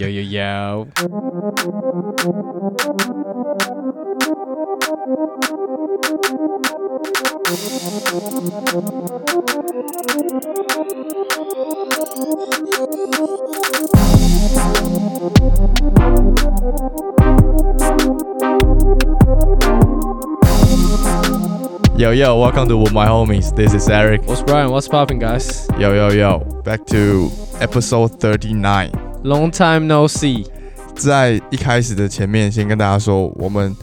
Yo yo yo！ Yo yo, welcome to With My Homies. This is Eric. What's Brian? What's popping, guys? Yo yo yo, back to episode thirty nine。 Long time no see。在一开始的前面，先跟大家说，我们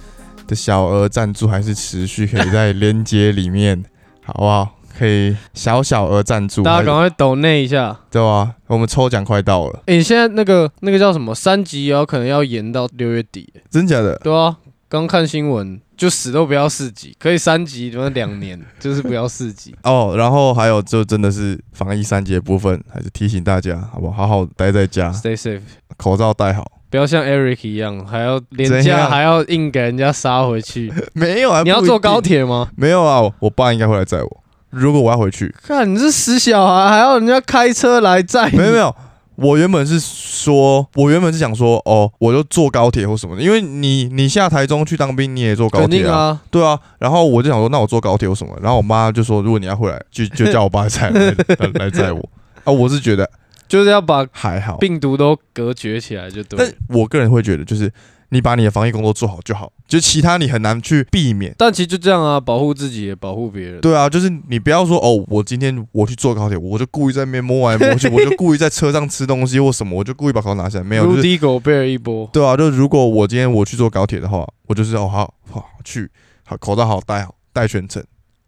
的小额赞助还是持续可以在链接里面， 好不好？可以小小额赞助，大家赶还是快抖内一下。对吧、我们抽奖快到了，诶，现在那个那个叫什么三级也要可能要延到六月底。真假的？对啊，刚看新闻，就死都不要四级，可以三级，怎么两年， 就是不要四级。哦，然后还有就真的是防疫三节部分，还是提醒大家，好不好？好好待在家， Stay safe，口罩戴好。不要像 Eric 一样，还要廉怎价样还要硬给人家杀回去。没有啊，你要不一坐高定？铁吗？没有啊，我我爸应该会来载我。如果我要回去，看你是死小孩，还要人家开车来载你？没有没有，我原本是说，我原本是想说，哦，我就坐高铁或什么的，因为你你下台中去当兵，你也坐高肯铁定啊，啊，对啊。然后我就想说，那我坐高铁或什么，然后我妈就说，如果你要回来，就就叫我爸 载来来来载我啊。我是觉得就是要把还好，病毒都隔绝起来就对了但。我个人会觉得就是。你把你的防疫工作做好就好，就其他你很难去避免。但其实就这样啊，保护自己也保护别人。对啊，就是你不要说哦，我今天我去坐高铁，我就故意在那边摸来摸去，我就故意在车上吃东西或什么，我就故意把口罩拿下来，没有，就如是低狗贝尔一波。对啊，就如果我今天我去坐高铁的话，我就是哦好好去，好口罩好戴好，戴全程，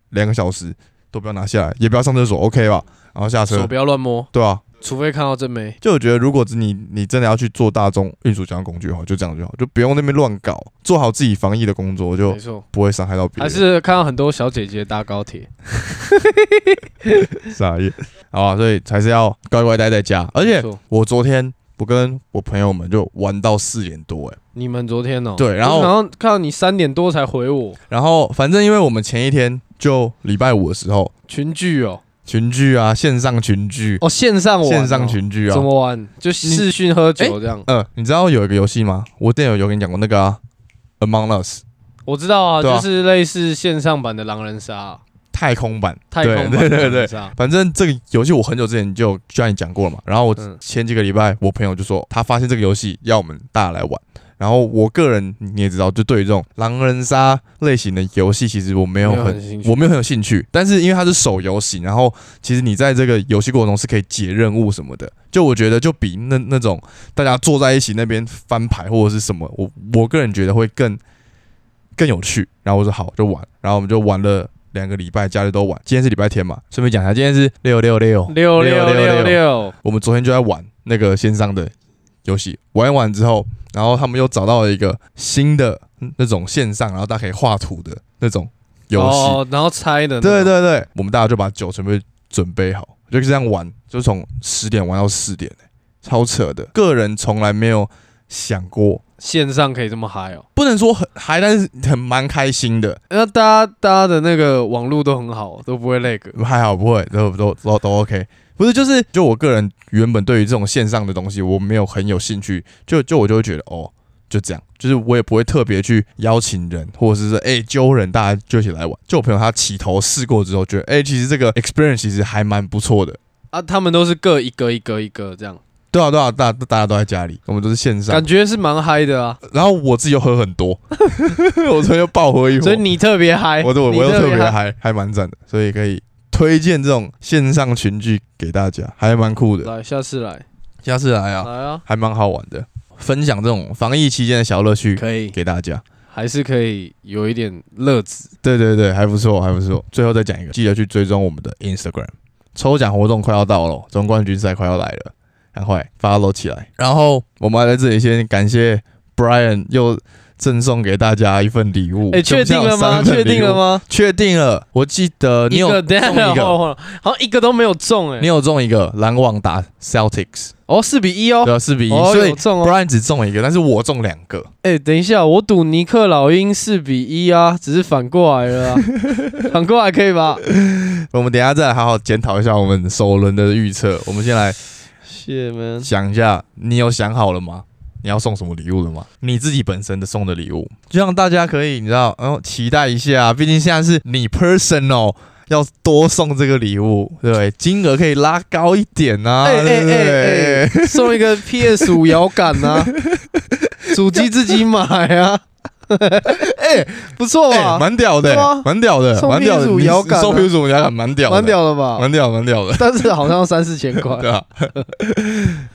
两个小时都不要拿下来，也不要上厕所，OK 吧？然后下手车，不要乱摸，对啊，除非看到真眉。就我觉得如果你你真的要去坐大众运输交通工具的话，就这样就好，就不用那边乱搞，做好自己防疫的工作，就没错，不会伤害到别还人。是看到很多小姐姐搭高铁。傻眼，好啊，所以还是要乖乖待在家。而且没错我昨天我跟我朋友们就玩到四点多、欸，你们昨天哦、对然后然后看到你三点多才回我然后反正因为我们前一天就礼拜五的时候。群聚哦、群聚啊，线上群聚，哦线上玩哦、线上群聚啊怎。么玩？就视讯喝酒这样。嗯，你知道有一个游戏吗？我之前有有跟你讲过那个啊，Among Us 我知道啊，对啊就是类似线上版的狼人杀、啊太空版，太空版的对对对狼对人。杀。反正这个游戏我很久之前就就让你讲过了嘛，然后我嗯前几个礼拜我朋友就说他发现这个游戏要我们大家来玩，然后我个人你也知道，就对于这种狼人杀类型的游戏，其实我没有没有很很兴趣我没有很有兴趣，但是因为它是手游型，然后其实你在这个游戏过程中是可以解任务什么的，就我觉得就比那那种大家坐在一起那边翻牌或者是什么，我我个人觉得会更更有趣。然后我说好就玩，然后我们就玩了两个礼拜，假日都玩。今天是礼拜天嘛，顺便讲一下，今天是六六六，六六哦六六六，我们昨天就在玩那个线上的游戏，玩一玩之后，然后他们又找到了一个新的嗯那种线上，然后大家可以画图的那种游戏。哦，然后猜的，对，对对，我们大家就把酒全部准备好，就这样玩，就从十点玩到四点、欸超扯的。个人从来没有想过，线上可以这么嗨哦。不能说很嗨，但是很蛮开心的，那大家大家的那个网络都很好，都不会那个。还好不会，都都都都 OK。不是，就是就我个人原本对于这种线上的东西，我没有很有兴趣，就就我就会觉得哦，就这样，就是我也不会特别去邀请人，或者是说哎、揪人，大家就一起来玩。就我朋友他起头试过之后，觉得哎、其实这个 experience 其实还蛮不错的。啊，他们都是各一个一个一个这样，对啊，对啊，大大家都在家里，我们都是线上感。觉是蛮嗨的啊。然后我自己又喝很多， 我昨天又爆喝一壶所以，你特别嗨，我我你我又特别嗨。嗨，还蛮赞的，所以可以推荐这种线上群聚给大家，还蛮酷的。来，下次来，下次来啊，来啊，还蛮好玩的，分享这种防疫期间的小乐趣可以，嗯给大家。还是可以有一点乐子。对对对，还不错，还不错。最后再讲一个，记得去追踪我们的 Instagram，抽奖活动快要到了，总冠军赛快要来了，赶快 follow 起来。然后我们还在这里先感谢 Brian，又赠送给大家一份礼物。哎，确定了吗？确定了？吗？确定了，我记得你一 有个，中等一下一个，晃了好像一个都没有中哎你。有中一个篮网打 Celtics，哦，四比一哦。对啊，四比一，哦，所以有中哦。 Brian 只中一个，但是我中两个。哎，等一下，我赌尼克老鹰四比一啊，只是反过来 了啊，反过来可以吧？我们等一下再来好好检讨一下我们首轮的预测。我们先来谢 man， 想一下，你有想好了吗？你要送什么礼物了吗？你自己本身的送的礼物，就让大家可以你知道，然、后期待一下，啊毕竟现在是你 personal 要多送这个礼物，对不对？金额可以拉高一点啊，哎对哎不对哎哎，送一个 PS 五摇杆 啊，主机自己买啊， 哎，不错哎，吧？蛮屌的对啊欸，蛮屌的，送蛮屌的， PS5 你摇杆啊送 P 主摇杆哎蛮屌的，蛮屌的吧？蛮屌，蛮屌的，但是好像要三四千块，对啊吧？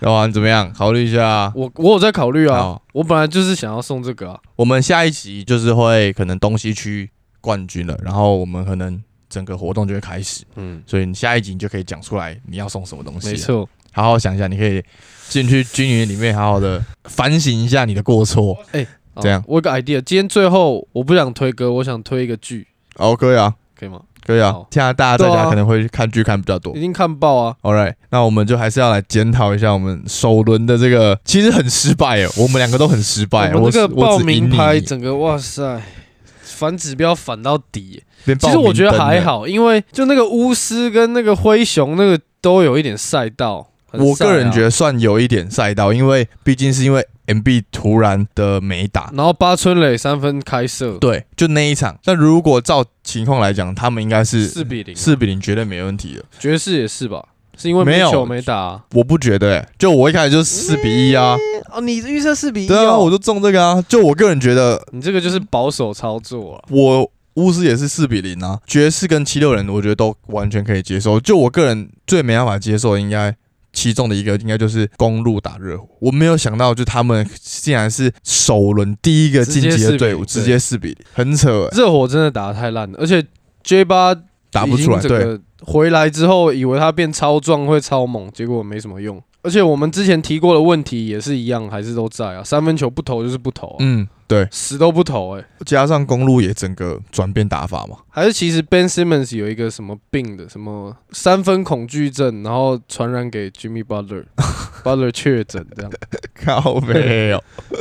然后你怎么样？考虑一下啊。我我有在考虑啊，好，我本来就是想要送这个啊，我们下一集就是会可能东西区冠军了，然后我们可能整个活动就会开始，嗯，所以你下一集你就可以讲出来你要送什么东西。没，错，好好想一下，你可以进去军营里面好好的反省一下你的过错。好这样啊我有个 idea，今天最后我不想推歌，我想推一个剧，哦，可以啊，可以吗？可以啊好。现在大家在对家啊可能会看剧看比较多已。经看爆啊， All right，那我们就还是要来检讨一下我们首轮的这个，其实很失败耶，我们两个都很失败。我我们这个只报我只赢名你牌整个哇塞，反指标反到底耶。连其报实我名觉得灯还了。好，因为就那个巫师跟那个灰熊那个都有一点赛道。很我晒啊个人觉，得算有一点赛道，因为毕竟是因为 MB 突然的没打，然后八村垒三分开射，对，就那一场。但如果照情况来讲，他们应该是四比零啊，四比零绝对没问题的。爵士也是吧？是因为没有球没打啊我不觉得、欸，就我一开始就四比一啊，哦？你预测四比一对啊，我就中这个啊。就我个人觉得，你这个就是保守操作啊。我巫师也是四比零啊，爵士跟七六人我觉得都完全可以接受。就我个人最没办法接受，应该其中的一个应该就是公路打热火，我没有想到就他们竟然是首轮第一个晋级的队伍直直接接四比零，很扯、欸，热火真的打得太烂了，而且 J 八打不出来。对，。回来之后以为他变超壮会超猛，结果没什么用。而且我们之前提过的问题也是一样，还是都在啊。三分球不投就是不投、啊，嗯，对，死都不投、欸，哎，加上公路也整个转变打法嘛，还是其实 Ben Simmons 有一个什么病的，什么三分恐惧症，然后传染给 Jimmy Butler，Butler 确诊这样。 靠背哦。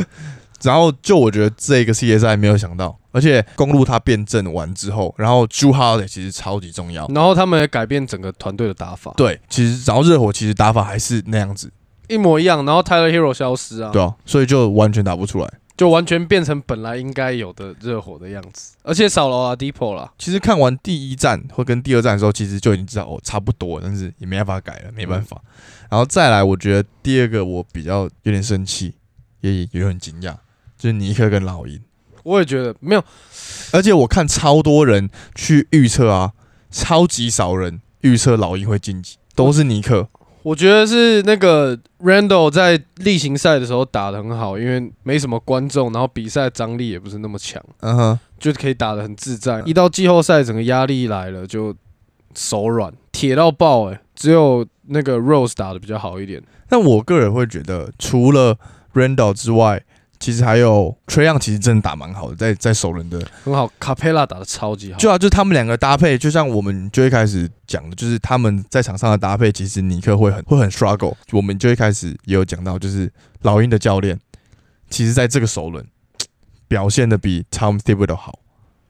然后就我觉得这个系列赛没有想到，而且公路他变阵完之后，然后 j u h a l 其实超级重要。然后他们也改变整个团队的打法，对，其实然后热火其实打法还是那样子，一模一样。然后 Tyler Hero 消失啊，对啊，所以就完全打不出来。就完全变成本来应该有的热火的样子，而且少了 a d e p o 啦。其实看完第一站或跟第二站的时候，其实就已经知道哦差不多了，但是也没办法改了，没办法。然后再来，我觉得第二个我比较有点生气，也也有点惊讶，就是尼克跟老鹰。我也觉得没有，而且我看超多人去预测啊，超级少人预测老鹰会晋级，都是尼克。我觉得是那个 Randall 在例行赛的时候打得很好，因为没什么观众，然后比赛张力也不是那么强，嗯哼，就可以打得很自在。一到季后赛，整个压力来了就手软，铁到爆哎、只有那个 Rose 打得比较好一点，但我个人会觉得，除了 Randall 之外，其实还有 Trey Young，其实真的打蛮好的，在在首轮的很好。Capella 打得超级好，就啊，就他们两个搭配，就像我们最一开始讲的，就是他们在场上的搭配，其实尼克会很会很 struggle。我们最一开始也有讲到，就是老鹰的教练，其实在这个首轮表现的比 Tom Thibodeau 好，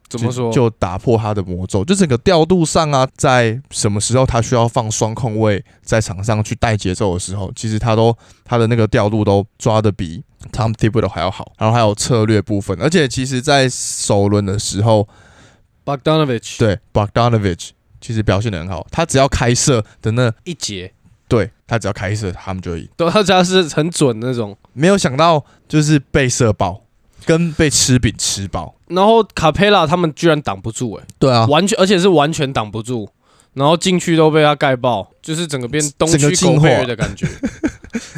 怎么说？就就打破他的魔咒，就整个调度上啊，在什么时候他需要放双控位在场上去带节奏的时候，其实他都他的那个调度都抓的比 Tom Thibodeau 还要好，然后还有策略部分，而且其实，在首轮的时候。 Bogdanovich 对，Bogdanovich 其实表现得很好，他只要开射的那，一节，对他只要开射，他们就赢。对，他家是很准那种。没有想到就是被射爆，跟被吃饼吃爆。然后 Capella 他们居然挡不住哎、对啊，完全，而且是完全挡不住，然后禁区都被他盖爆，就是整个变东整个区进狗化贝尔的感觉，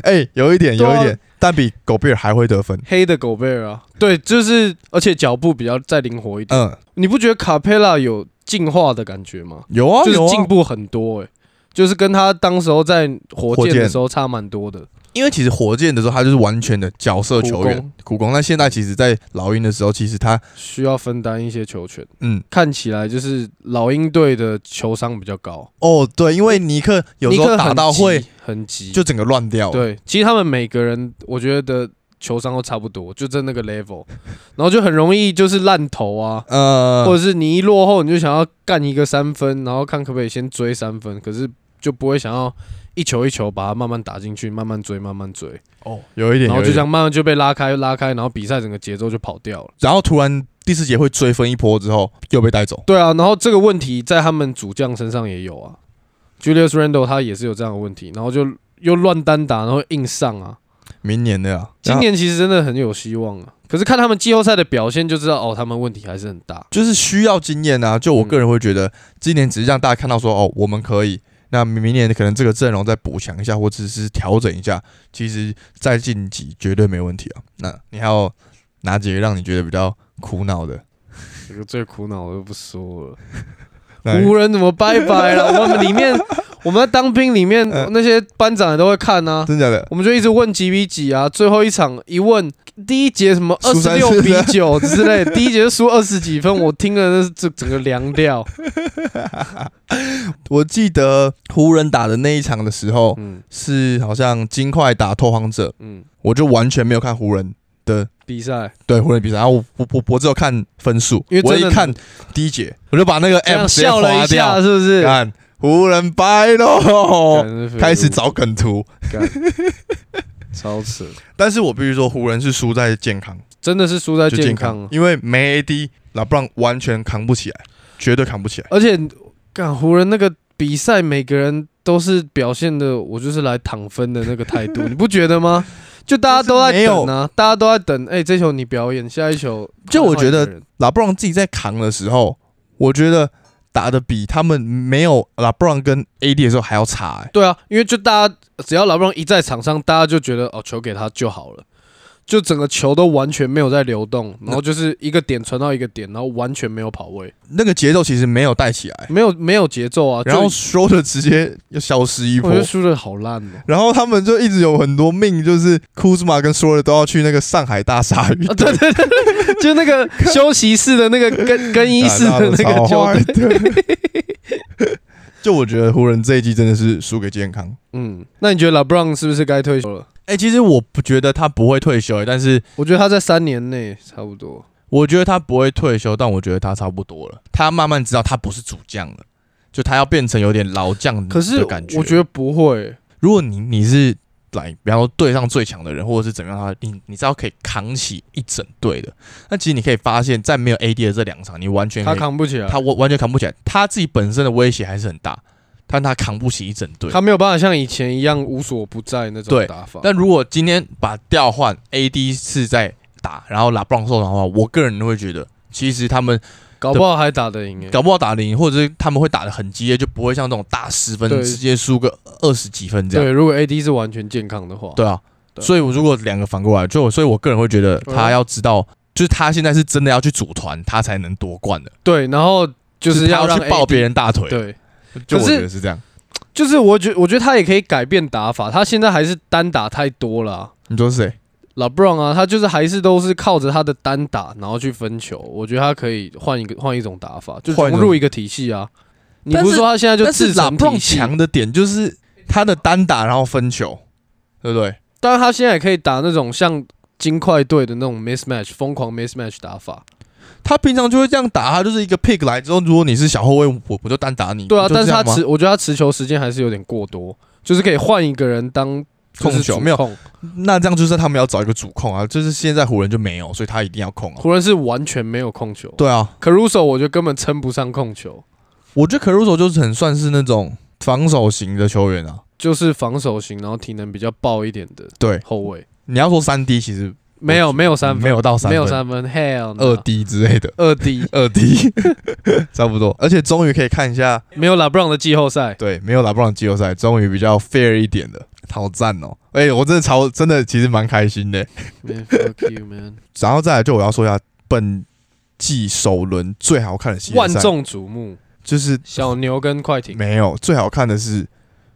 哎、有一点，对有啊一点，但比狗贝尔还会得分。 黑的狗贝尔啊，对，就是而且脚步比较再灵活一点，嗯，你不觉得卡佩拉有进化的感觉吗？有啊，就是有啊进步很多哎、就是跟他当时候在火火箭的箭时候差蛮多的，因为其实火箭的时候，他就是完全的角色球苦员攻，苦攻。但现在其实，在老鹰的时候，其实他，需要分担一些球权。嗯，看起来就是老鹰队的球商比较高，哦，对，因为尼克有时尼候克打很到急会很急，就整个乱掉了。对，其实他们每个人，我觉得球商都差不多，就在那个 level，然后就很容易就是烂投啊，呃，或者是你一落后你就想要干一个三分，然后看可不可以先追三分，可是就不会想要一球一球把它慢慢打进去，慢慢追，慢慢追，哦，有一点，然后有一就这点样慢慢就被拉开，拉开，然后比赛整个节奏就跑掉了。然后突然第四节会追分一波之后又被带走，对啊，然后这个问题在他们主将身上也有啊，Julius Randle 他也是有这样的问题，然后就又乱单打，然后硬上啊。明年的啊，今年其实真的很有希望啊，可是看他们季后赛的表现就知道，哦，他们问题还是很大。就是需要经验啊。就我嗯个人会觉得，今年只是让大家看到说，哦，我们可以。那明年可能这个阵容再补强一下，或者是调整一下，其实再晋级绝对没问题啊。那你还有哪几个让你觉得比较苦恼的？这个最苦恼我就不说了。那湖人怎么拜拜了？我们里 面，我们在当兵里面嗯那些班长也都会看啊，真假的？我们就一直问几比几啊。最后一场一问，第一节什么二输十三六四比九之类， 第一节就输二十几分，我听了那是整整个凉掉。我记得湖人打的那一场的时候，嗯是好像金块打拓荒者，嗯，我就完全没有看湖人的比赛对湖人比赛，然后我我我我只有看分数，因为我真一的看第一节，我就把那个这样 app 哎直接笑了划一掉下，，是不是？看湖人掰干喽，真是废物开始找梗图。干超扯，但是我必须说，湖人是输在健康，真的是输在就健康啊康，。因为没 AD，拉布朗完全扛不起来，绝对扛不起来。而且，干湖人那个比赛，每个人都是表现的，我就是来躺分的那个态 度，你不觉得吗？就大家都在就是没有等啊，大家都在等。哎、这球你表演，下一球就我觉换一得个人拉布朗自己在扛的时候，我觉得打的比他们没有拉布朗跟 AD 的时候还要差、欸。对啊，因为就大家只要老布朗一在场上，大家就觉得哦，球给他就好了。就整个球都完全没有在流动，然后就是一个点传到一个点，然后完全没有跑位，那个节奏其实没有带起来，没有没有节奏啊。然后就 Schroeder 直接又消失一波我觉。得输的好烂哦、然后他们就一直有很多命，就是库兹马跟 Schroeder 都要去那个上海大鲨鱼啊，对对对，对就那 个休息室的那个更更衣室的那个球队，队。 就我觉得湖人这一季真的是输给健康。嗯，那你觉得 LeBron 是不是该退休了？哎、其实我不觉得他不会退休、但是我觉得他在三年内差不多。我觉得他不会退休，但我觉得他差不多了。他慢慢知道他不是主将了，就他要变成有点老将可是的感我觉得不会，如果你你是来，比方说对上最强的人，或者是怎么样的话，你你知道可以扛起一整队的。那其实你可以发现，在没有 AD 的这两场，你完全可他以扛不起来，他完完全扛不起来，他自己本身的威胁还是很大，但他扛不起一整队。他没有办法像以前一样无所不在那种对打法。但如果今天把调换 AD 是在打，然后拉布朗受伤的话，我个人会觉得，其实他们搞不好还打得赢、欸。搞不好打零，或者是他们会打得很激烈，就不会像这种大十分对直接输个二十几分这样。对，如果 AD 是完全健康的话，对啊，对所以我如果两个反过来，就我所以我个人会觉得嗯他要知道，就是他现在是真的要去组团，他才能夺冠的，对，然后就是他要要让去抱 AD 别人大腿。，对，就可我是觉得是这样。就是我觉我觉得他也可以改变打法，他现在还是单打太多了啊、你说是谁？老布朗啊，他就是还是都是靠着他的单打，然后去分球。我觉得他可以换一个换一种打法，就换一融种入一个体系啊。你但不是是说他现在就但是自拉成布朗体系？强的点就是他的单打，然后分球，对不对？当然他现在也可以打那种像金块队的那种 mismatch 疯狂 mismatch 打法。他平常就会这样打，他就是一个 pick 来之后，如果你是小后卫，我我就单打你。对啊，不就但是这他样吗持我觉得他持球时间还是有点过多，就是可以换一个人当就是控球主没有控。那这样就是他们要找一个主控啊，就是现在湖人就没有，所以他一定要控啊。湖人是完全没有控球对啊， ，Caruso 我觉得根本称不上控球，我觉得 Caruso 就是很算是那种防守型的球员啊。就是防守型，然后体能比较爆一点的对，后卫。你要说三 D 其实没有没有三分没。有到三没分，啊有三分，hell 二 no D 之类的，二 D，二 D 差不多。而且终于可以看一下，没有 LeBron 的季后 赛，对，没有拉布朗季后赛，终于比较 fair 一点的，好赞哦！哎、我真的超真的其实蛮开心的。 Man, fuck you man，然后再来就我要说一下本季首轮最好看的系列万赛，众瞩目，就是小牛跟快艇，没有最好看的是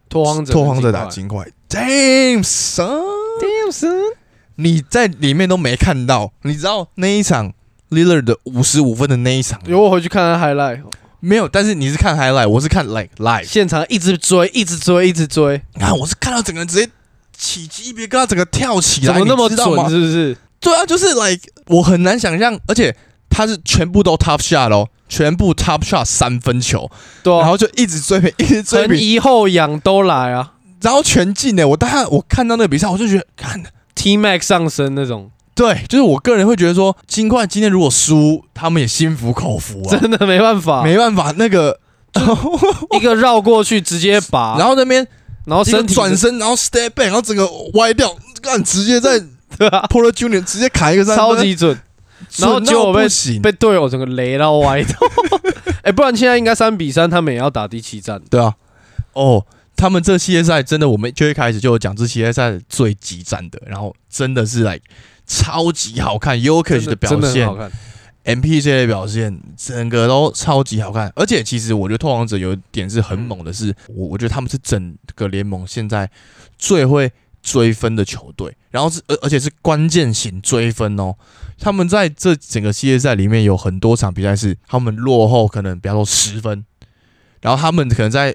拓荒者， 拓荒者打，金块，James，你在里面都没看到，你知道那一场 Lillard 的五十五分的那一场有我回去看他 highlight，没有？但是你是看 highlight，我是看 like live，现场一直追，一直追，一直追，啊，我是看到整个人直接起鸡皮疙瘩，整个跳起怎来，么那么你知道准？吗？是不是？对啊，就是 like 我很难想象，而且他是全部都 top shot 哦，全部 top shot 三分球，对然啊，后就一直追平，一直追前 平，移后仰都来啊，然后全进呢、我当然我看到那个比赛，我就觉得，看， T Mac 上升那种，对，就是我个人会觉得说，金块今天如果输，他们也心服口服啊，真的没办法，没办法，那个， 一个绕过去直接拔， 然后后那边然后一个啊哦身体 转身，然后 step back，然后整个歪掉，干直接在对啊 p o l Junior 直接砍一个三分，超级 准，然后准到结果被不行，被队友整个雷到歪掉。 哎，不然现在应该三比三，他们也要打第七战。对啊，哦，他们这系列赛真的，我们就一开始就有讲，这系列赛最激战的，然后真的是来超级好看 y o k i 真 c 的的表真的现很好 看， ，MPC 的表现，整个都超级好看。而且其实我觉得拓王者有一点是很猛的是，我我觉得他们是整个联盟现在最会。追分的球队，然后是而而且是关键型追分哦。他们在这整个系列赛里面有很多场比赛是他们落后，可能比方说十分，然后他们可能在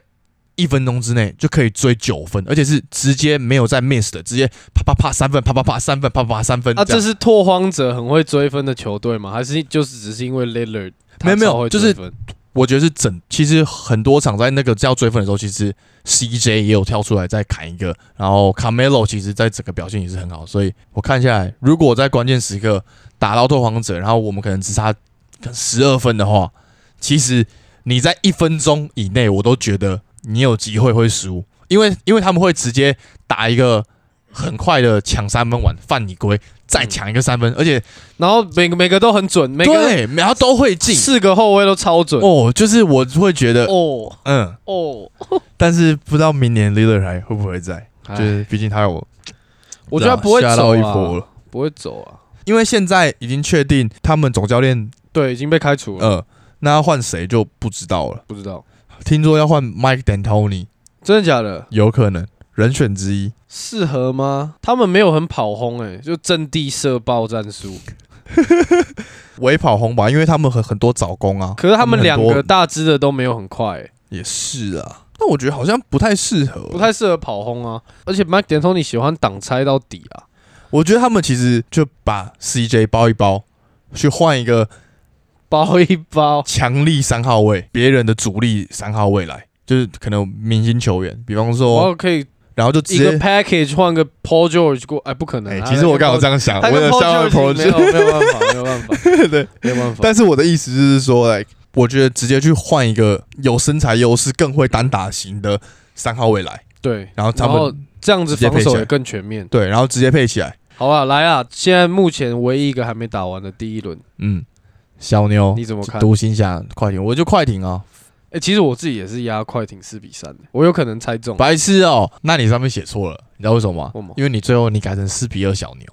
一分钟之内就可以追九分，而且是直接没有再 miss 的，直接啪啪啪三分，啪啪啪三分，啪啪啪三分。啊，样这是拓荒者很会追分的球队吗？还是就是只是因为 Lillard 他没有没有超会就追是分我觉得是整，其实很多场在那个要追分的时候，其实 CJ 也有跳出来再砍一个，然后 Camelo 其实在整个表现也是很好，所以我看下来，如果在关键时刻打到拓荒者，然后我们可能只差十二分的话，其实你在一分钟以内，我都觉得你有机会会输，因为因为他们会直接打一个很快的抢三分完犯你规，再抢一个三分，而且然后每个每个都很准，嗯每个人对，啊然后都会进。四个后卫都超准。哦，就是我会觉得，哦嗯。哦，但是不知道明年 Lillard 还会不会在，就哎是毕竟他有，我觉得他不会吓走到一啊波，了。不会走啊。因为现在已经确定他们总教练，对，已经被开除了，呃，那要换谁就不知道了。不知道听说要换 Mike D'Antoni，真的假的，有可能人选之一。适合吗？他们没有很跑轰，哎，就阵地射爆战 术。围跑红吧，因为他们很很多早攻啊。可是他们两很个多大只的都没有很快、欸，也是啊，但我觉得好像不太适合，不。太适合跑轰啊。而且 Mike D'Antoni 喜欢挡拆到底啊， 我觉得他们其实就把 CJ 包一包，去换一个包一包。强力三号位，别人的主力三号位来，就是可能明星球员，比方然说，后可以然后就哦直一接个 package 换个 Paul George 过，哎，不可能哎、啊。其实我刚好这样，样想，我他跟有稍微 Paul George 没有 approach，没有办法， 没有办法，对。没有办法。但是我的意思就是说，like，我觉得直接去换一个有身材优势、更会单打型的三号位来，对，然后他然后们这样子直接防配起守来也更全面。对，然后直接配起来。好啊，来啊！现在目前唯一一个还没打完的第一轮，嗯，小牛你怎么看？独行侠快艇，我就快艇啊，哎、其实我自己也是压快艇四比三的，我有可能猜中。白痴哦、那你上面写错了，你知道为什么吗？为什么因为你最后你改成四比二小牛。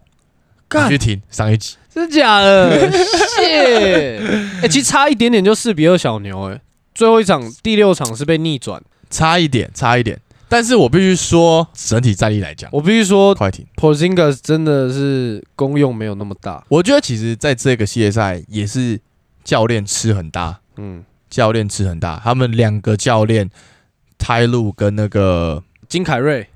你去听上一集，真假 的？谢。哎，其实差一点点就四比二小牛哎、最后一场第六场是被逆转，差一点，差一点。但是我必须说，整体战力来讲，我必须说快艇。 ，Porzingis 真的是功用没有那么大。我觉得其实在这个系列赛也是教练吃很大，嗯，教练吃很大。他们两个教练，泰路跟那个金凯瑞，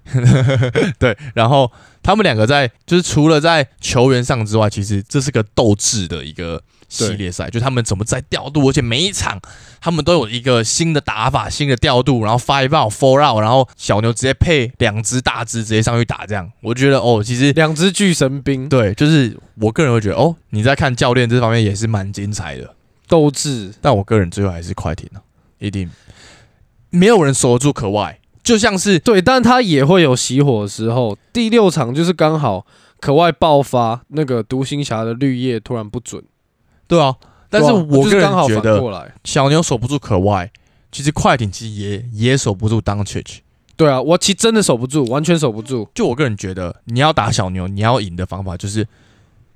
对，然后他们两个在就是除了在球员上之外，其实这是个斗志的一个系列赛，就他们怎么在调度，而且每一场他们都有一个新的打法、新的调度，然后 five out、four out，然后小牛直接配两只大只直接上去打，这样我觉得哦，其实。两只巨神兵，对，就是我个人会觉得，哦，你在看教练这方面也是蛮精彩的。斗志。但我个人最后还是快艇啊，一定没有人守得住可外，就像是对，但他也会有熄火的时候。第六场就是刚好可外爆发，那个独行侠的绿叶突然不准，对啊，但是对吧我就个人刚好觉反得过来，小牛守不住可外，其实快艇其实也也守不住 d o n c h 对啊，我其实真的守不住，完全守不住。就我个人觉得，你要打小牛，你要赢的方法就是，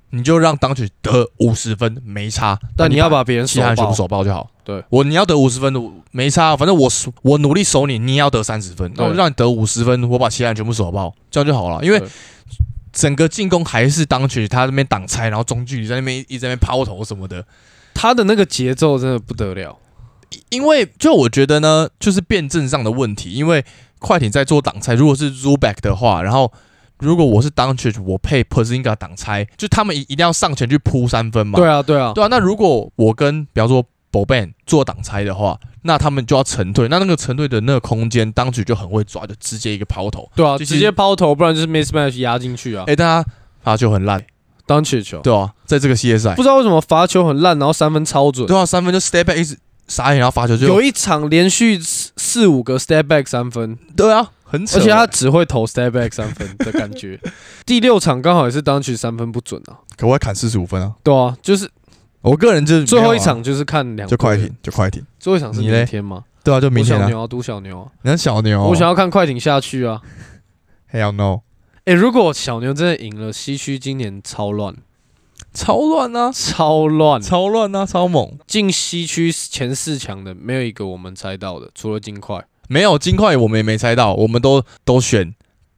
你就让 d o n c h 得五十分没差，但你要把把别人其守他人全爆部，手爆就好。对我，你要得五十分没差，啊反正我我努力守你，你也要得三十分，那我对就让你得五十分，我把其他人全部手爆，这样就好了。因为对整个进攻还是当局他那边挡拆，然后中距离在那边一直在那边抛投什么的。他的那个节奏真的不得了。因为就我觉得呢，就是辩证上的问题，因为快艇在做挡拆，如果是 Zuback 的话，然后。如果我是 d o n c h 我配 p e r s i n g a 挡拆，就他们一一定要上前去扑三分嘛。对啊，对啊，对啊，那如果我跟比方说 b o b a n 做挡拆的话，那他们就要沉退，那那个沉退的那个空间，当局就很会抓，就直接一个抛投。对啊，就是直接抛投，不然就是 mismatch 压进去啊，哎、大家罚球很烂，当切球。对啊，在这个系列赛不，知道为什么罚球很烂，然后三分超准。对啊，三分就 step back 一直傻眼，然后罚球就有一场连续四四五个 step back 三分，对啊，很扯。而且他只会投 step back 三分的感 觉。第六场刚好也是当局三分不准啊，可我要砍四十五分啊！对啊，就是我个人就是最后一没有场啊就是看两啊就快队艇，就快艇，最后一场是你嘞明天吗？对啊，就明我天小啊。牛啊，赌小牛啊，你看小牛，哦我想要看快艇下去啊。 Hell no，哎，如果小牛真的赢了，西区今年超乱，超乱啊，超乱，超乱啊，超猛！进西区前四强的没有一个我们猜到的，除了金块。没有金块，我们也没猜到，我们都都选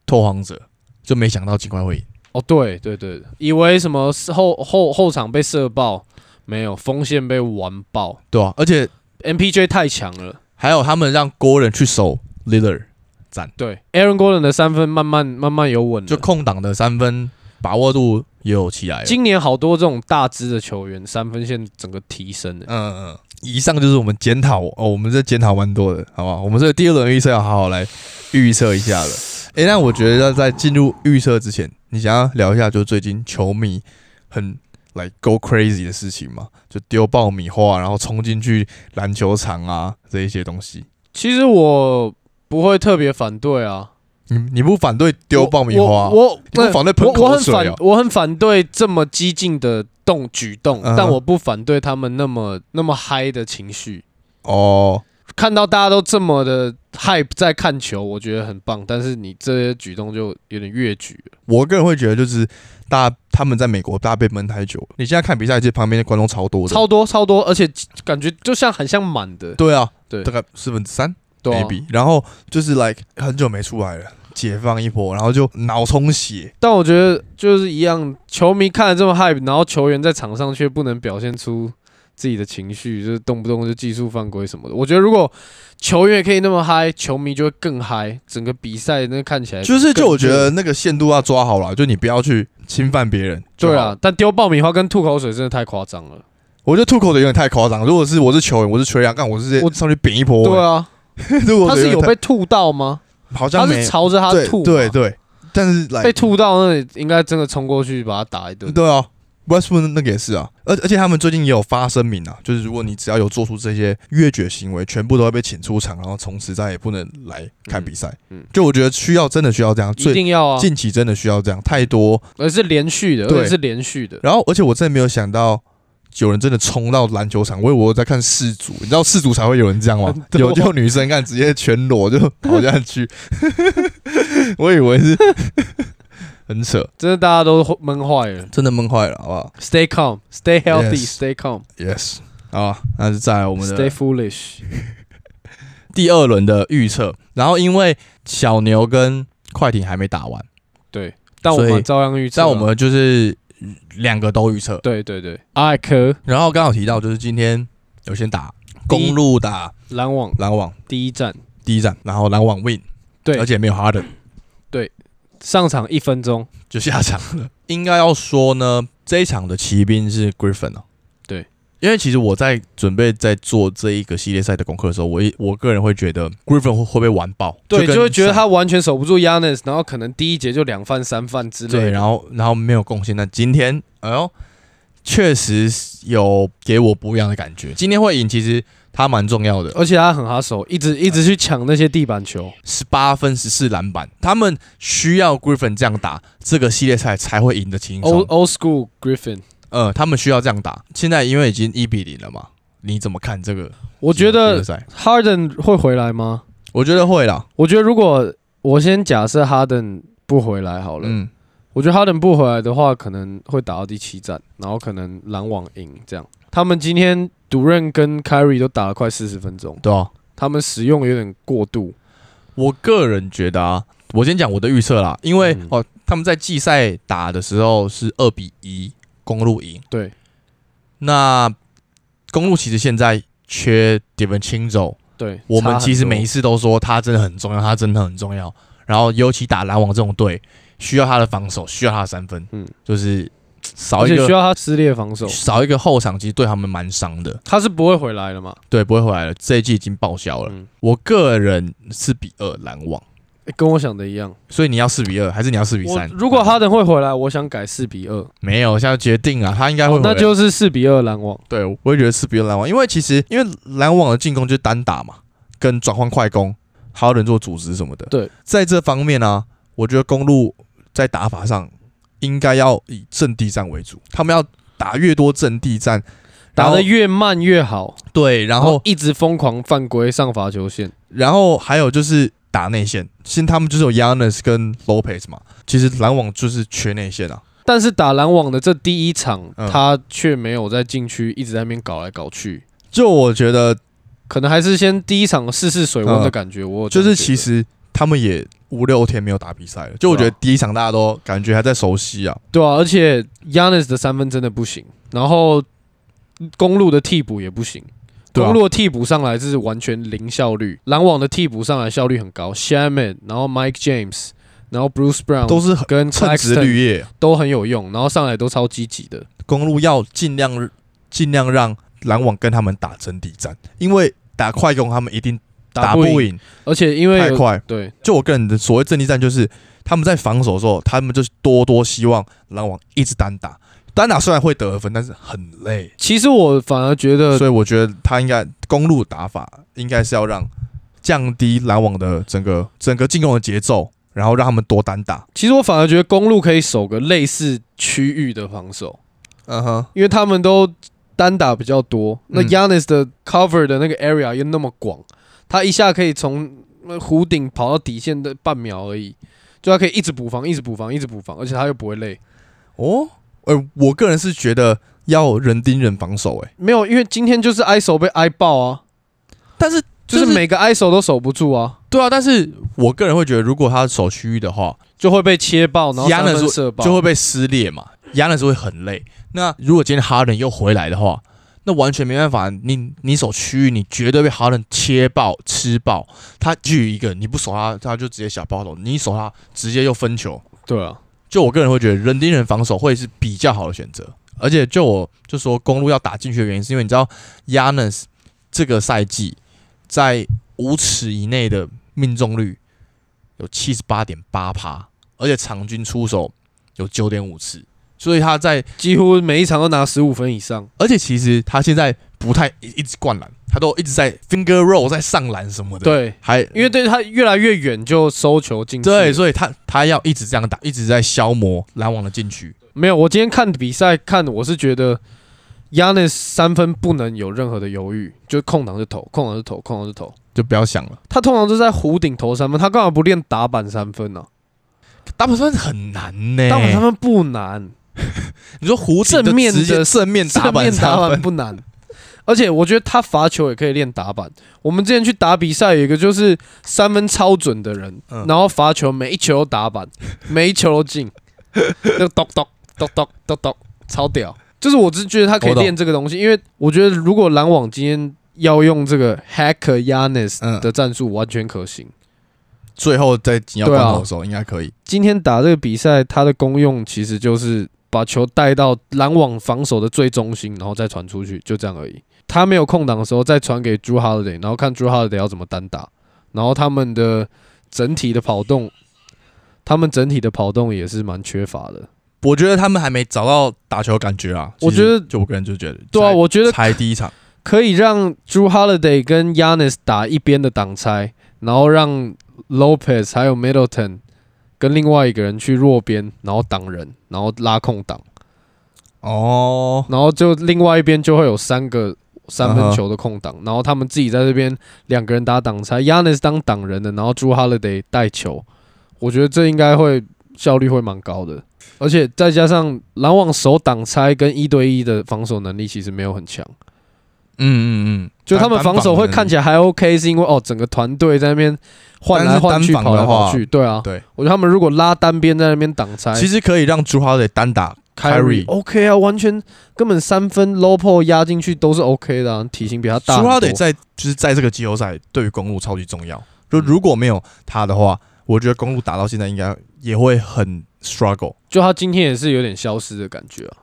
拓荒者，就没想到金块会赢。哦，对对对，以为什么是后后后场被射爆，没有锋线被完爆对啊，而且，MPJ 太强了。还有他们让郭人去守 l i l l a r 对，Aaron Gordon 的三分慢慢慢慢有稳就了。空档的三分把握度也有起来了。今年好多这种大只的球员，三分线整个提升了。嗯嗯，以上就是我们检讨哦，我们这检讨蛮多的，好不好？我们这第二轮预测要好好来预测一下了。诶、那我觉得要在进入预测之前，你想要聊一下，就是最近球迷很来 go crazy 的事情嘛，就丢爆米花，然后冲进去篮球场啊这一些东西。其实我不会特别反对啊，你你不反对丢爆米花、我我你不反对喷我我口很水反哦，我很反对这么激进的动举动，嗯哼但我不反对他们那么那么嗨的情绪。哦，看到大家都这么的 hype 在看球，我觉得很棒，但是你这些举动就有点越举了。我个人会觉得就是大家他们在美国大家被闷太久了。你现在看比赛，其实旁边的观众超多的，超多超多，而且感觉就像很像满的，对啊，对大概四分之三。对啊 maybe，然后就是 like 很久没出来了，解放一波，然后就脑充血，但我觉得就是一样，球迷看得这么 hype，然后球员在场上却不能表现出自己的情绪，就是动不动就技术犯规什么的。我觉得如果球员也可以那么嗨，球迷就会更嗨，整个比赛那看起来就是就更我觉得那个限度要抓好了，就你不要去侵犯别人。对啊，，但丢爆米花跟吐口水真的太夸张了。我觉得吐口水有点太夸张。如果是我是球员，我是球员，干我是直接我上去扁一波。对啊，欸， 如果他我觉是得有太被吐到吗？好他像没是朝着他对吐嘛，啊对对，但是来被吐到那里，应该真的冲过去把他打一顿。对啊。Westwood 那个也是啊，而而且他们最近也有发声明啊，就是如果你只要有做出这些越矩行为，全部都会被请出场，然后从此再也不能来看比赛。嗯嗯就我觉得需要真的需要这样，一最定要啊，近期真的需要这样太多。而是连续的，对而且是连续的。然后，而且我真的没有想到有人真的冲到篮球场，我以为我在看世足，你知道世足才会有人这 样吗很？多有就女生看直接全裸就跑下去， 我以为是很扯，真的大家都闷坏了。真的闷坏了，好不好 Stay calm, stay healthy, Yes stay calm, ？Yes，好啊，那就再来我们 stay 的 foolish。第二轮的预测。然后因为小牛跟快艇还没打完，对，但我所以们照样预测啊。但我们就是两个都预测。对对对，艾科然后刚好提到就是今天有先打公路打篮网篮网。第一战，第一站，然后篮网 win，对而且没有 Harden 上场一分钟，就下场 了。应该要说呢，这一场的骑兵是 Griffin 哦。对，因为其实我在准备在做这一个系列赛的功课的时候，我一我个人会觉得 Griffin 会会被完爆，对，跟就会觉得上他完全守不住 Yanis，然后可能第一节就两犯三犯之类对，的。然后然后没有贡献。但今天，哎呦，确实有给我不一样的感觉。今天会赢，其实他蛮重要的。而且他很哈手，一直一直去抢那些地板球。十八分、十四篮板，他们需要 Griffin 这样打，这个系列赛才会赢得轻松 Old。old school Griffin，呃，他们需要这样打。现在因为已经一比零了嘛，你怎么看这个？我觉这个得比赛 Harden 会回来吗？我觉得会啦。我觉得如果我先假设哈登不回来好了，嗯，我觉得哈登不回来的话，可能会打到第七战，然后可能篮网赢这样。他们今天独任跟 Kyrie 都打了快四十分钟，对啊，他们使用有点过度。我个人觉得啊，我先讲我的预测啦，因为、嗯哦，他们在季赛打的时候是二比一公路赢，对，那公路其实现在缺 Devin 清走，对，我差们很其实每一多次都说他真的很重要，他真的很重要。然后尤其打篮网这种队，需要他的防守，需要他的三分，嗯嗯，就是嘖少而一且需个嗯要他撕裂防守，少一个后场，其实对他们蛮伤的。他是不会回来了嘛？对，不会回来了，这一季已经报销了。嗯我个人是比二篮网，欸跟我想的一样。所以你要四比二，还是你要四比我三？如果哈登会回来，我想改四比二，没有，现在决定啊，他应该会回来、那就是四比二篮网。对，我也觉得四比二篮网，因为其实因为篮网的进攻就是单打嘛，跟转换快攻，还有人做组织什么的。对，在这方面呢、啊我觉得公路在打法上应该要以阵地战为主，他们要打越多阵地战，然打后得越慢越好，对，然后一直疯狂犯规上罚球线，然后还有就是打内线，现在他们就是有 Yanis 跟 Lopez 嘛，其实篮网就是缺内线啊。但是打篮网的这第一场，嗯他却没有在禁区一直在那边搞来搞去，就我觉得，可能还是先第一场试试水温的感觉。我有这嗯就样是觉其得实他们也五六天没有打比赛了，就我觉得对啊第一场大家都感觉还在熟悉啊。对啊，而且 Yanis 的三分真的不行，然后公路的替补也不行。对啊公路的替补上来是完全零效率，篮网的替补上来效率很高 s h a m a n 然后 Mike James，然后 Bruce Brown 都是很跟称职 Claxton 绿叶，都很有用，然后上来都超积极的。公路要尽量尽量让篮网跟他们打阵地战，因为打快攻他们一定打不不，赢，而且因为太快。对就我个人的所谓阵地战，就是他们在防守的时候，他们就是多多希望篮网一直单打，单打虽然会得分，但是很累，其实我反而觉得所以我觉得他应该公路打法应该是要让降低篮网的整个整个进攻的节奏，然后让他们多单打。其实我反而觉得公路可以守个类似区域的防守，嗯哼，因为他们都单打比较多。那嗯 Yanis 的 cover 的那个 area 又那么广，他一下可以从呃弧顶跑到底线的半秒而已，就他可以一直补防，一直补防，一直补防，而且他又不会累。哦，呃，我个人是觉得要人盯人防守、欸，没有，因为今天就是 ISO 被挨爆啊，但是就是每个 ISO 都守不住啊，对啊，但是我个人会觉得，如果他守区域的话，就会被切爆，然后三 Giannis 分射爆，就会被撕裂嘛，压的时候会很累。那如果今天哈登又回来的话，那完全没办法，你你守区域，你绝对被哈登切爆吃爆。他距离一个你不守他，他就直接小爆头；你一守他，直接又分球。对啊。就我个人会觉得，人盯人防守会是比较好的选择。而且就我就说，公路要打进去的原因，是因为你知道 Yanis 这个赛季在五尺以内的命中率有七十八点八趴，而且场均出手有九点五次，所以他在几乎每一场都拿十五分以上，而且其实他现在不太一一直灌篮，他都一直在 finger roll 在上篮什么的，，对，还因为对他越来越远就收球进去，对，所以他他要一直这样打，一直在消磨篮网的禁区。没有，我今天看比赛看，我是觉得 Yanis 三分不能有任何的犹豫，就空档就投，空档就投，空档就投。就不要想了，他通常都在弧顶投三分，他干嘛不练打板三分呢、打板三分很难呢、打板三分不难，你说胡子正面的正面打正板面打三板分，不难。而且我觉得他罚球也可以练打板。我们之前去打比赛，有一个就是三分超准的人，嗯然后罚球每一球都打 板，每一球都进，就咚咚咚咚咚咚，超屌。就是我只是觉得他可以我懂练这个东西，因为我觉得如果篮网今天要用这个 Hacker Yanis 嗯的战术，完全可行。最后在紧要对关啊头的时候应该可以。今天打这个比赛，它的功用其实就是把球带到篮网防守的最中心，然后再传出去，就这样而已。他没有空档的时候，再传给 Drew Holiday，然后看 Drew Holiday 要怎么单打，然后他们的整体的跑动，他们整体的跑动也是蛮缺乏的。我觉得他们还没找到打球的感觉啊。我其实觉得就我个人就觉得，对啊，才我觉得才第 一场，可以让 Drew Holiday 跟 Yanis 打一边的挡拆，然后让 Lopez 还有 Middleton 跟另外一个人去弱边，然后挡人，然后拉空档。哦，然后就另外一边就会有三个三嗯分球的空档，然后他们自己在这边两个人打挡拆，Yanis 当挡人的，然后 Drew Holiday 带球，我觉得这应该会效率会蛮高的，而且再加上篮网守挡拆跟一对一的防守能力其实没有很强，嗯嗯嗯，就他们防守会看起来，来还 OK，是因为哦整个团队在那边换来换去但跑是单防来的话跑去，对啊，对，我觉得他们如果拉单边在那边挡拆，其实可以让朱哈得单打 Kyrie OK 啊，完全根本三分 low po 压进去都是 OK 的、啊，体型比他大很朱多。哈得在就是在这个季后赛对于公路超级重要。就如果没有他的话，我觉得公路打到现在应该也会很 struggle。就他今天也是有点消失的感觉啊，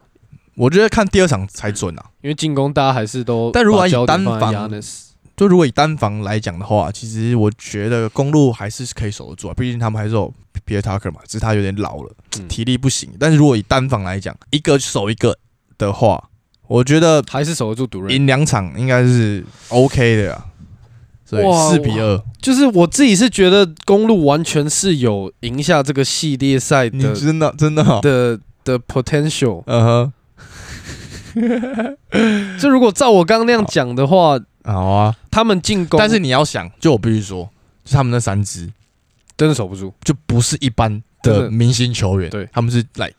我觉得看第二场才准啊。因为进攻大家还是都但如果把以焦点单放在防 Giannis 就如果以单防来讲的话，其实我觉得公路还是可以守得住啊，毕竟他们还是有 Pierre Tucker 嘛，只是他有点老了，嗯体力不行。但是如果以单防来讲，一个守一个的话，我觉得还是守得住独人，赢两场应该是 OK 的啊。所以哇四比二，就是我自己是觉得公路完全是有赢下这个系列赛你的真的真的哦，的的 potential。嗯哼，就如果照我刚刚那样讲的话，好啊。他们进攻，但是你要想，就我必须说，就他们那三支真的守不住就不是一般真的的明星球员，对他们是 like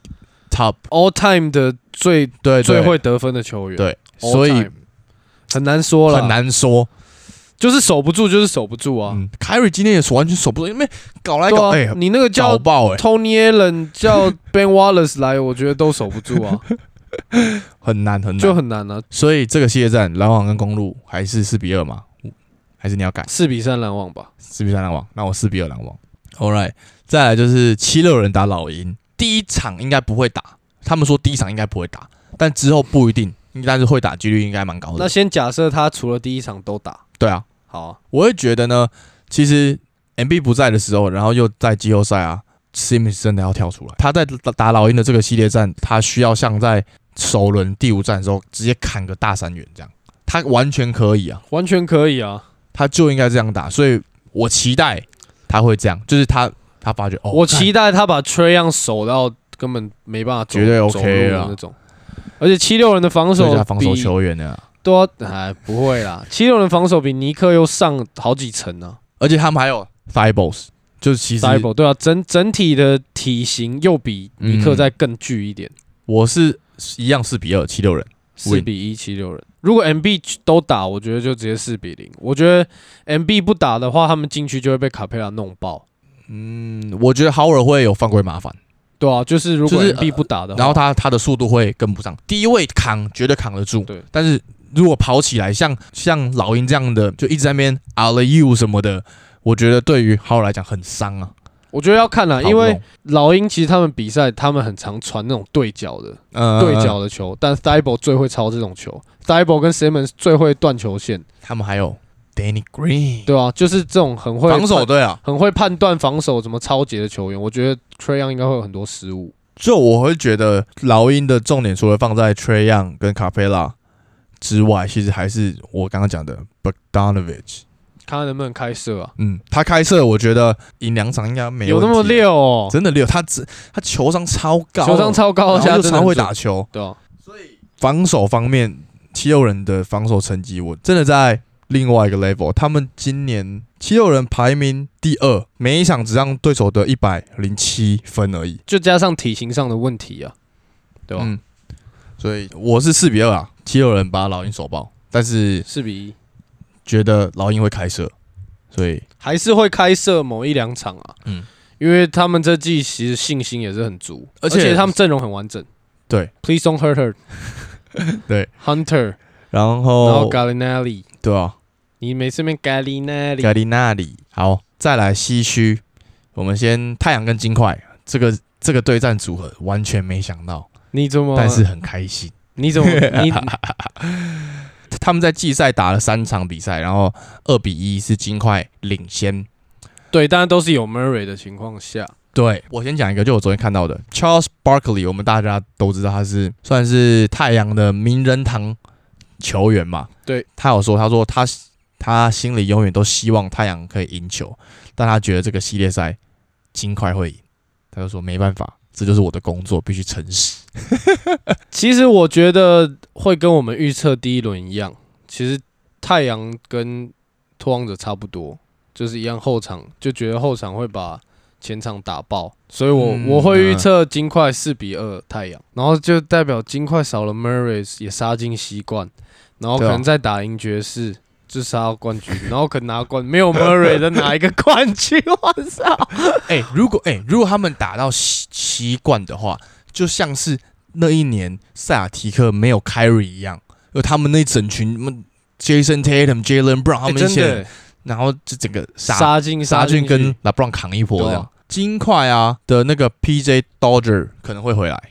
top， all time 的最对最对会得分的球员，对， all 所以 time 很难说了，很，难说。就是守不住，就是守不住啊。嗯，凯瑞今天也是完全守不住，因为搞来对搞啊哎、你那个搞叫爆哎、 Tony Allen 叫 Ben Wallace 来，我觉得都守不住啊，很难很难。就很难啊。所以这个系列战，篮网跟公路还是四比二嘛，还是你要改四比三篮网吧，四比三篮网？那我四比二篮网。All right，再来就是七六人打老鹰，第一场应该不会打，他们说第一场应该不会打，但之后不一定，但是会打几率应该蛮高那的。先假设他除了第一场都打对啊，好啊，我会觉得呢，其实 M B 不在的时候，然后又在季后赛啊，Sims 真的要跳出来。他在打打老鹰的这个系列战，他需要像在首轮第五战的时候直接砍个大三元这样，他完全可以啊，完全可以啊。他就应该这样打。所以我期待他会这样，就是他他发觉哦，我干期待他把 Trey Young 守到根本没办法走绝对 OK 走路的啊那种，而且七六人的防最守佳防守比球员呢、啊，多哎不会啦，七六人防守比尼克又上好几层呢、而且他们还有 f i b o s 就是其 d 实 i b o 对啊，整整体的体型又比尼嗯克再更巨一点，我是一样四比二七六人，四、比一七六人。如果 MB 都打，我觉得就直接四比零。我觉得 MB 不打的话，他们禁区就会被卡佩拉弄爆。嗯，我觉得 Howard 会有犯规麻烦。对啊，就是如果就是 MB 不打的话，然后他他的速度会跟不上，第一位扛绝对扛得住，对。但是如果跑起来像像老鹰这样的，就一直在那边 l you 什么的，我觉得对于好友来讲很伤啊。我觉得要看啦，跑不因为动老鹰其实他们比赛他们很常传那种对角的、呃对角的球，但 t h i b o 最会抄这种球 t h i b o 跟 Simmons 最会断球线，他们还有 Danny Green 对啊，就是这种很会防守判队啊，很会判断防守怎么超节的球员，我觉得 Trey Young 应该会有很多失误。就我会觉得老鹰的重点除了放在 Trey Young 跟 Capella 之外，其实还是我刚刚讲的 Bogdanovich。看他能不能开射啊？嗯，他开设我觉得赢两场应该没有那问么题，啊溜哦，真的六，他只他球商超高，哦球商超高，然后现在又真的超很会准打，球。对啊，防守方面，七六人的防守成绩，我真的在另外一个 level。他们今年七六人排名第二，每一场只让对手得一百零七分而已，就加上体型上的问题啊，对吧？嗯，所以我是四比二啊，七六人把老鹰手爆，但是四比一觉得老鹰会开射，所以还是会开设某一两场啊，嗯嗯，因为他们这季其实信心也是很足，而而且且他们阵容很完整。对，Please don't hurt her 对，哦 Hunter，然然后后 Gallinari，对啊，你每次面 Gallinari，盖利那里好，再来西区，我们先太阳跟金块这个这个对战组合完全没想到，你怎么？但是很开心。你怎么？ 你他们在季赛打了三场比赛，然后二比一是金块领先。对，当然都是有 Murray 的情况下，对我先讲一个，就我昨天看到的 Charles Barkley，我们大家都知道他是算是太阳的名人堂球员嘛。对，他有说，他说他他心里永远都希望太阳可以赢球，但他觉得这个系列赛金块会赢，他就说没办法，这就是我的工作，必须诚实。其实我觉得会跟我们预测第一轮一样，其实太阳跟拓荒者差不多，就是一样后场就觉得后场会把前场打爆，所以我、嗯我会预测金块四比二太阳，然后就代表金块少了 Murray 也杀进西冠，然后可对啊能再打赢爵士。就杀到冠军， 然后可能拿冠，没有 Murray 的拿一个冠军， 我操！ 哎、如果哎、如果他们打到习习惯的话，就像是那一年塞尔提克没有 Kyrie 一样，就他们那一整群，什么 Jason Tatum、Jalen Brown 他们欸一真些的人，欸，然后就整个杀杀进杀进俊跟去 LeBron 扛一波这对啊样。金块啊的那个 PJ Dodger 可能会回来，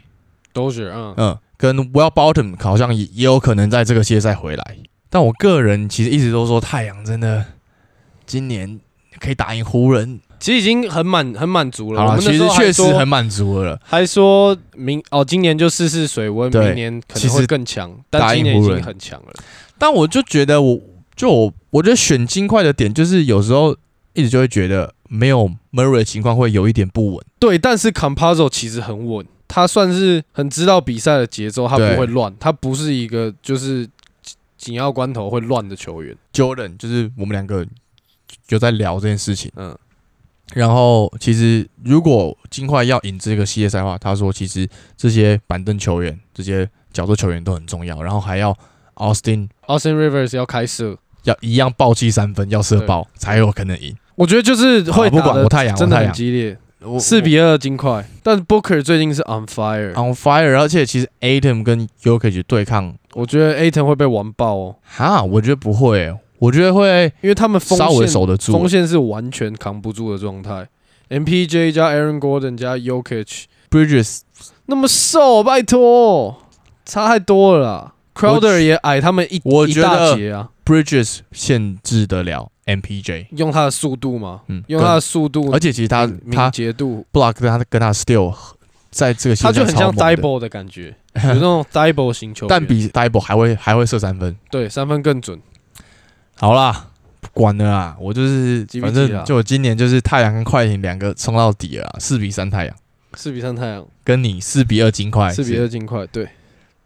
都是嗯，嗯，跟 Well Bottom 好像也也有可能在这个系列赛回来。但我个人其实一直都说太阳真的今年可以打赢湖人，其实已经很满很满足了。好我了，们那其时实候还确实说很满足了。还说明哦，今年就试试水温，对明年可其能实会更强，打但赢今年已湖经人很强了。但我就觉得我，就我，我觉得选金块的点就是有时候一直就会觉得没有 Murray 的情况会有一点不稳。对，但是 Compazzo 其实很稳，他算是很知道比赛的节奏，他不对会乱，他不是一个就是紧紧要关头会乱的球员。 Jordan 就是我们两个有在聊这件事情，嗯，然后其实如果金块要赢这个系列赛的话，他说其实这些板凳球员、这些角色球员都很重要，然后还要 Austin Austin Rivers 要开射，要一样暴击三分，要射爆才有可能赢。我觉得就是好会不打管我的太阳，我真的太很阳激烈，我四比二金块。但 Booker 最近是 on fire，、 on fire，而且其实 Atom 跟 Yokic 对抗我觉得 Aton 会被完爆哦，哈，我觉得不会欸、我觉得会因为他们锋稍微线守得锋住。线是完全扛不住的状态。MPJ 加 Aaron Gordon 加 Yokich， Bridges 那么瘦，拜托，差太多了啦。Crowder 也矮他们一我一觉得大截啊， Bridges 限制得了 MPJ，用他的速度嘛，嗯，用他跟的速度，而且其实他敏他敏捷度， block 跟他跟他 steal 在这个系他列就赛很超像猛的， Dibo 的感觉，有那 种 Dibo 型球员，但比 d i b o 还会还会射三分。对三分更准。好啦，不管了啦，我就是急不反急正啊就我今年就是太阳跟快艇两个冲到底了啦，四比三太阳，四比三太阳，跟你四比二金块，四比二。金块，对，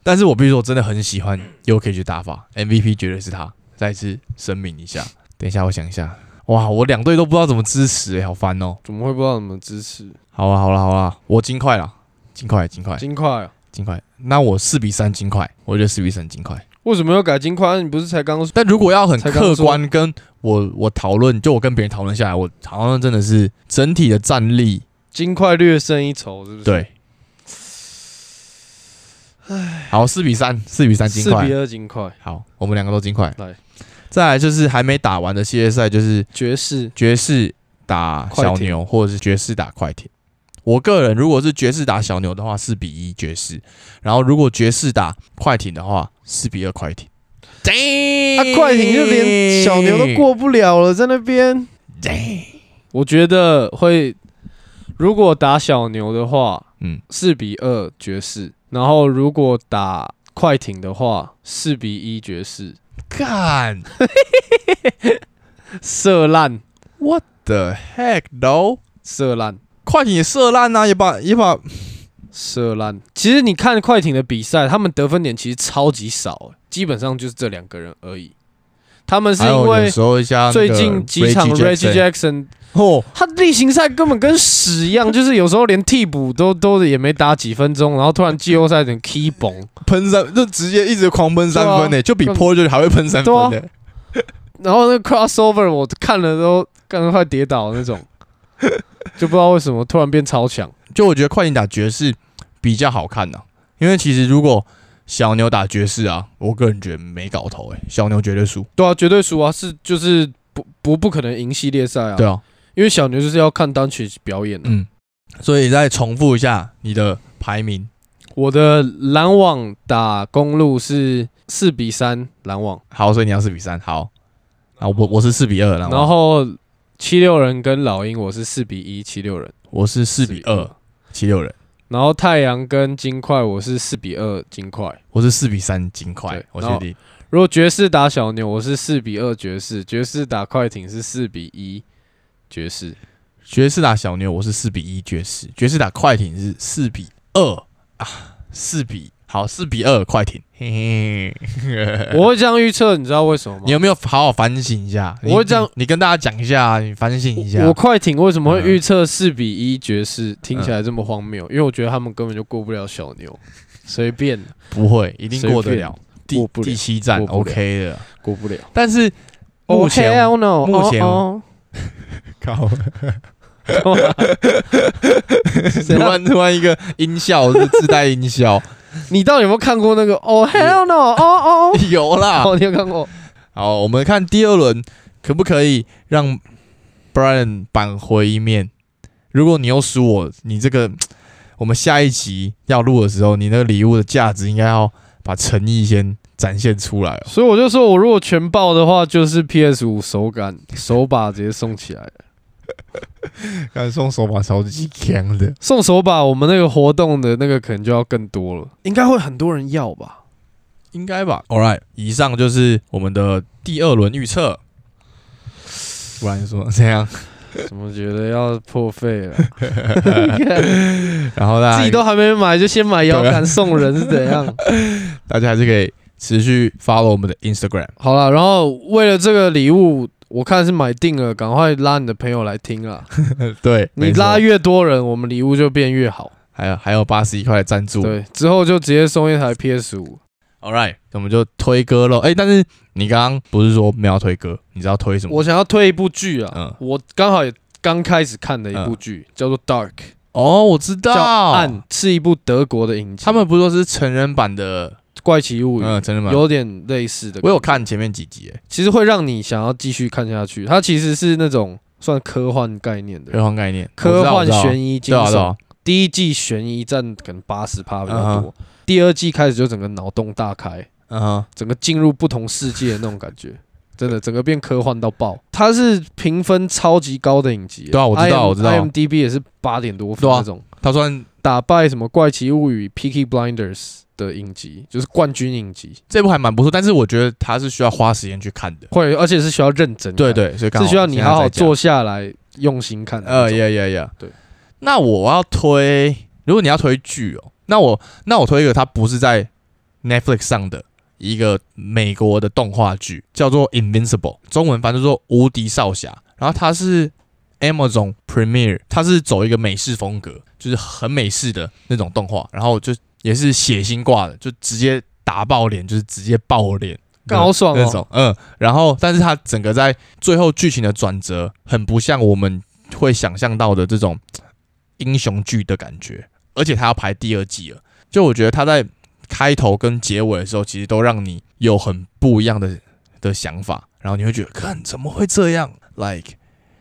但是我必须说，我真的很喜欢 UKG 打法，MVP 绝对是他。再次声明一下，等一下我想一下，哇，我两队都不知道怎么支持、欸，好烦哦、怎么会不知道怎么支持好啊，好啦，好啦，我金块啦，金块，金块，金块啊？金块。那我四比三金块，我觉得四比三金块。为什么要改金块？啊你不是才刚说但如果要很才刚客说观跟我我讨论，就我跟别人讨论下来，我好像真的是整体的战力，金块略胜一筹，是不是？，对。好，四比三，四比三金四块比。二金块，好，我们两个都金块。来，再来就是还没打完的系列赛，就是爵士爵士打快小艇牛，或者是爵士打快艇。我个人如果是爵士打小牛的话，四比一爵士；然后如果爵士打快艇的话，四比二快艇。啊啊，快艇就连小牛都过不了了，在那边。我觉得会，如果打小牛的话，嗯，四比二爵士；然后如果打快艇的话，四比一爵士，干射烂，What the heck no？射烂快艇也射烂啊，也把也把射烂。其实你看快艇的比赛，他们得分点其实超级少、基本上就是这两个人而已。他们是因为时候像最近几场 Reggie Jackson 哦，他例行赛根本跟屎一样，就是有时候连替补都都也没打几分钟，然后突然季后赛整 key 崩，喷三就直接一直狂喷三分呢、对欸就比 Porter 还会喷三分欸呢、对然后那个 crossover 我看了都看得快跌倒那种， 就不知道为什么突然变超强。就我觉得快艇打爵士比较好看呐、啊因为其实如果小牛打爵士啊，我个人觉得没搞头诶、欸小牛绝对输。对啊，绝对输啊，是就是不不不可能赢系列赛啊，对啊，因为小牛就是要看单曲表演的、嗯，所以再重复一下你的排名，我的篮网打公路是四比三篮网，好，所以你要四比三，好，啊，我我是四比二，然然后后七六人跟老鹰我是四比一七六人，我是四比二，七六人，然后太阳跟金块我是四比二金块。我是四比三金块对，我然确后定。如果爵士打小牛，我是四比二爵士；爵士打快艇是四比一爵 士。爵士打小牛，我是四比一爵士，爵士打快艇是四比二啊，四比好四比二快艇，嘿嘿。我会这样预测，你知道为什么吗？你有没有好好反省一下？你我会这样你，你跟大家讲一下啊，你反省一下。我我快艇为什么会预测四比一爵士？听起来这么荒谬，嗯因为我觉得他们根本就过不了小 牛，随便不会，一定过得了。第过不了第七站过不了 OK 的，过不了。但是目前 oh, hell no, 目 前 哦靠，哦干嘛啊突然突然一个音效是自带 音效，你到底有没有看过那个？哦、oh, hell no，哦哦，有啦。哦，你有看过？好，我们看第二轮可不可以让 Brian 扳回一面？如果你又输我，你这个我们下一集要录的时候，你那个礼物的价值应该要把诚意先展现出来哦。所以我就说，我如果全爆的话，就是 PS 五手感手把直接送起来。但送手把超级强的，送手把，我们那个活动的那个可能就要更多了，应该会很多人要吧？应该吧？All right，以上就是我们的第二轮预测。不然说这样，怎么觉得要破费 了？ 然后大家自己都还没买，就先买摇对杆送人是怎 样？大家还是可以持续 follow 我们的 Instagram。好了，然后为了这个礼物，我看是买定了，赶快拉你的朋友来听啦。对，你没错拉越多人，我们礼物就变越好。还有还有八十一块的赞助。对，之后就直接送一台 PS 五。 ，All right，我们就推歌喽。哎、但是你刚刚不是说没有要推歌，你知道推什么？我想要推一部剧啊，嗯我刚好也刚开始看的一部剧，叫做《Dark》，哦，我知叫《道，暗》，是一部德国的影集，他们不是说是成人版的，怪奇物语。嗯，成人版。有点类似的，我有看前面几集，哎，其实会让你想要继续看下去。它其实是那种算科幻概念的，科幻概念，科幻悬疑疑惊对啊对悚啊，第一季悬疑占可能八十趴比较嗯多，第二季开始就整个脑洞大开，嗯哼，整个进入不同世界的那种感 觉，真的整个变科幻到爆。它是评分超级高的影集，对啊我知道 IM 我知道，IMDB 也是八点多分对啊那种，他算打败什么《怪奇物语》《Peaky Blinders》的影集，就是冠军影集，这部还蛮不错，但是我觉得他是需要花时间去看的。会而且是需要认真看，对对，所以刚是需要你好好现在在讲坐下来用心看的那呃种。 呀呀呀，对。那我要推，如果你要推剧哦，那我那我推一个，它不是在 Netflix 上的一个美国的动画剧，叫做《Invincible》，中文翻译叫做《无敌少侠》。然后它是 Amazon Premiere，它是走一个美式风格，就是很美式的那种动画，然后就也是血腥挂的，就直接打爆脸，就是直接爆脸。干好爽那哦！种，嗯，然后但是它整个在最后剧情的转折，很不像我们会想象到的这种嘖英雄剧的感觉，而且它要拍第二季了，就我觉得它在开头跟结尾的时候，其实都让你有很不一样的的想法，然后你会觉得，看怎么会这样？like，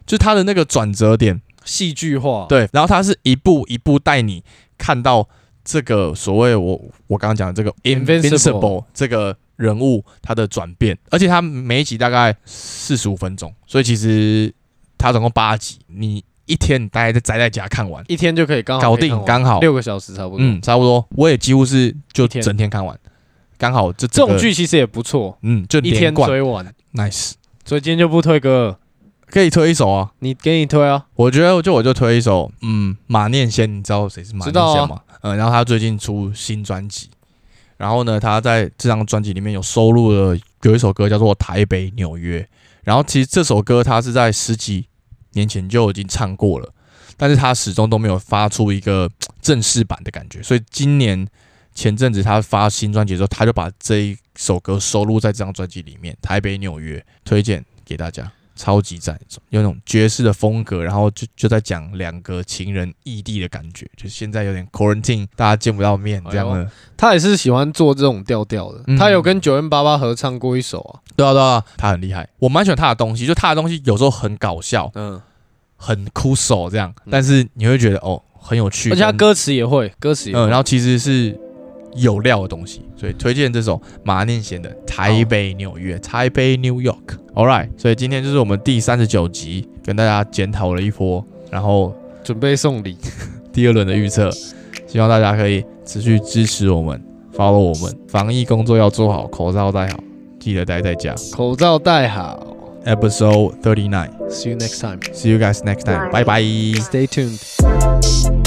就它的那个转折点，戏剧化，，对，然后它是一步一步带你看到这个所谓我我刚刚讲的这个 Invincible invincible 这个人物他的转变，而且他每一集大概四十五分钟，所以其实他总共八集，你一天你大概在宅在家看完，一天就可以刚好搞可以看定完刚好，六个小时差不多。嗯，差不多，我也几乎是就一天整天看完，刚好就这整种个，剧其实也不错，嗯，就一连天贯追完， ，nice，所以今天就不推歌了，可以推一首啊。你给你推啊。我觉得就我就推一首，嗯，马念先，你知道谁是马知念道先吗啊？嗯，然后他最近出新专辑，然后呢，他在这张专辑里面有收录了有一首歌叫做《台北纽约》，然后其实这首歌他是在十几年前就已经唱过了，但是他始终都没有发出一个嘖正式版的感觉，所以今年前阵子他发新专辑的时候，他就把这一首歌收录在这张专辑里面，《台北纽约》推荐给大家。超级赞，有那种爵士的风格，然后就就在讲两个情人异地的感觉，就是现在有点 quarantine，大家见不到面这样哎的。他也是喜欢做这种调调的，嗯他有跟九 N 八八合唱过一首啊，对啊对啊，他很厉害，我蛮喜欢他的东西，就他的东西有时候很搞笑，嗯，很酷手这样，嗯但是你会觉得哦很有趣，而且他跟歌词也会，歌词也会嗯，然后其实是有料的东西，所以推荐这首马念贤的《台北纽约》台北 New York。All right，所以今天就是我们第三十九集，跟大家检讨了一波，然后准备送礼，第二轮的预测，希望大家可以持续支持我们，follow 我们，防疫工作要做好，口罩戴好，记得待在家。口罩戴好。 Episode Thirty Nine，see See you next time. you guys next time，拜拜。 Stay tuned.